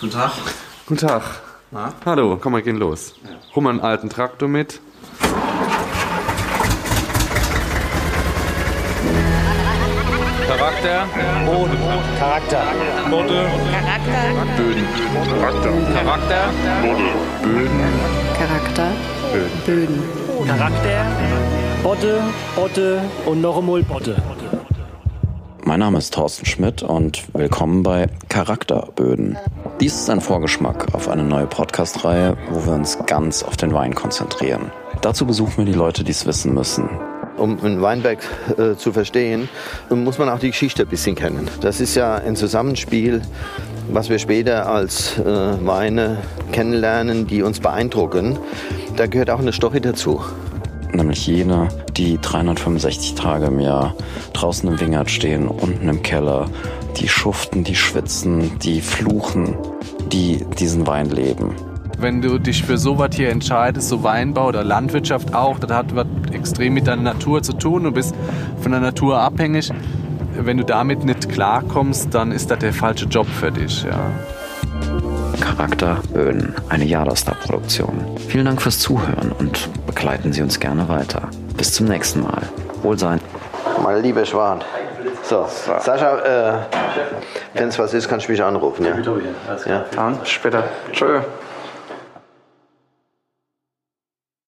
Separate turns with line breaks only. Guten Tag.
Guten Tag.
Na?
Hallo, komm, wir gehen los. Hol mal einen alten Traktor mit.
Charakter. Boden. Charakter. Boden.
Charakter.
Böden. Charakter. Charakter.
Charakter.
Böden.
Böden.
Charakter, Botte, Botte und noch einmal Botte.
Mein Name ist Thorsten Schmidt und willkommen bei Charakterböden. Dies ist ein Vorgeschmack auf eine neue Podcast-Reihe, wo wir uns ganz auf den Wein konzentrieren. Dazu besuchen wir die Leute, die es wissen müssen.
Um einen Weinberg äh, zu verstehen, muss man auch die Geschichte ein bisschen kennen. Das ist ja ein Zusammenspiel, was wir später als äh, Weine kennenlernen, die uns beeindrucken. Da gehört auch eine Story dazu.
Nämlich jene, die 365 Tage im Jahr draußen im Wingert stehen, unten im Keller, die schuften, die schwitzen, die fluchen, die diesen Wein leben.
Wenn du dich für sowas hier entscheidest, so Weinbau oder Landwirtschaft auch, das hat was extrem mit deiner Natur zu tun. Du bist von der Natur abhängig. Wenn du damit nicht klarkommst, dann ist das der falsche Job für dich. Ja.
Charakterböden, eine Jadastar-Produktion. Vielen Dank fürs Zuhören und begleiten Sie uns gerne weiter. Bis zum nächsten Mal. Wohlsein.
Mein lieber Schwan. So, Sascha, äh, wenn es was ist, kannst du mich anrufen. Ja?
Dann später. Tschö.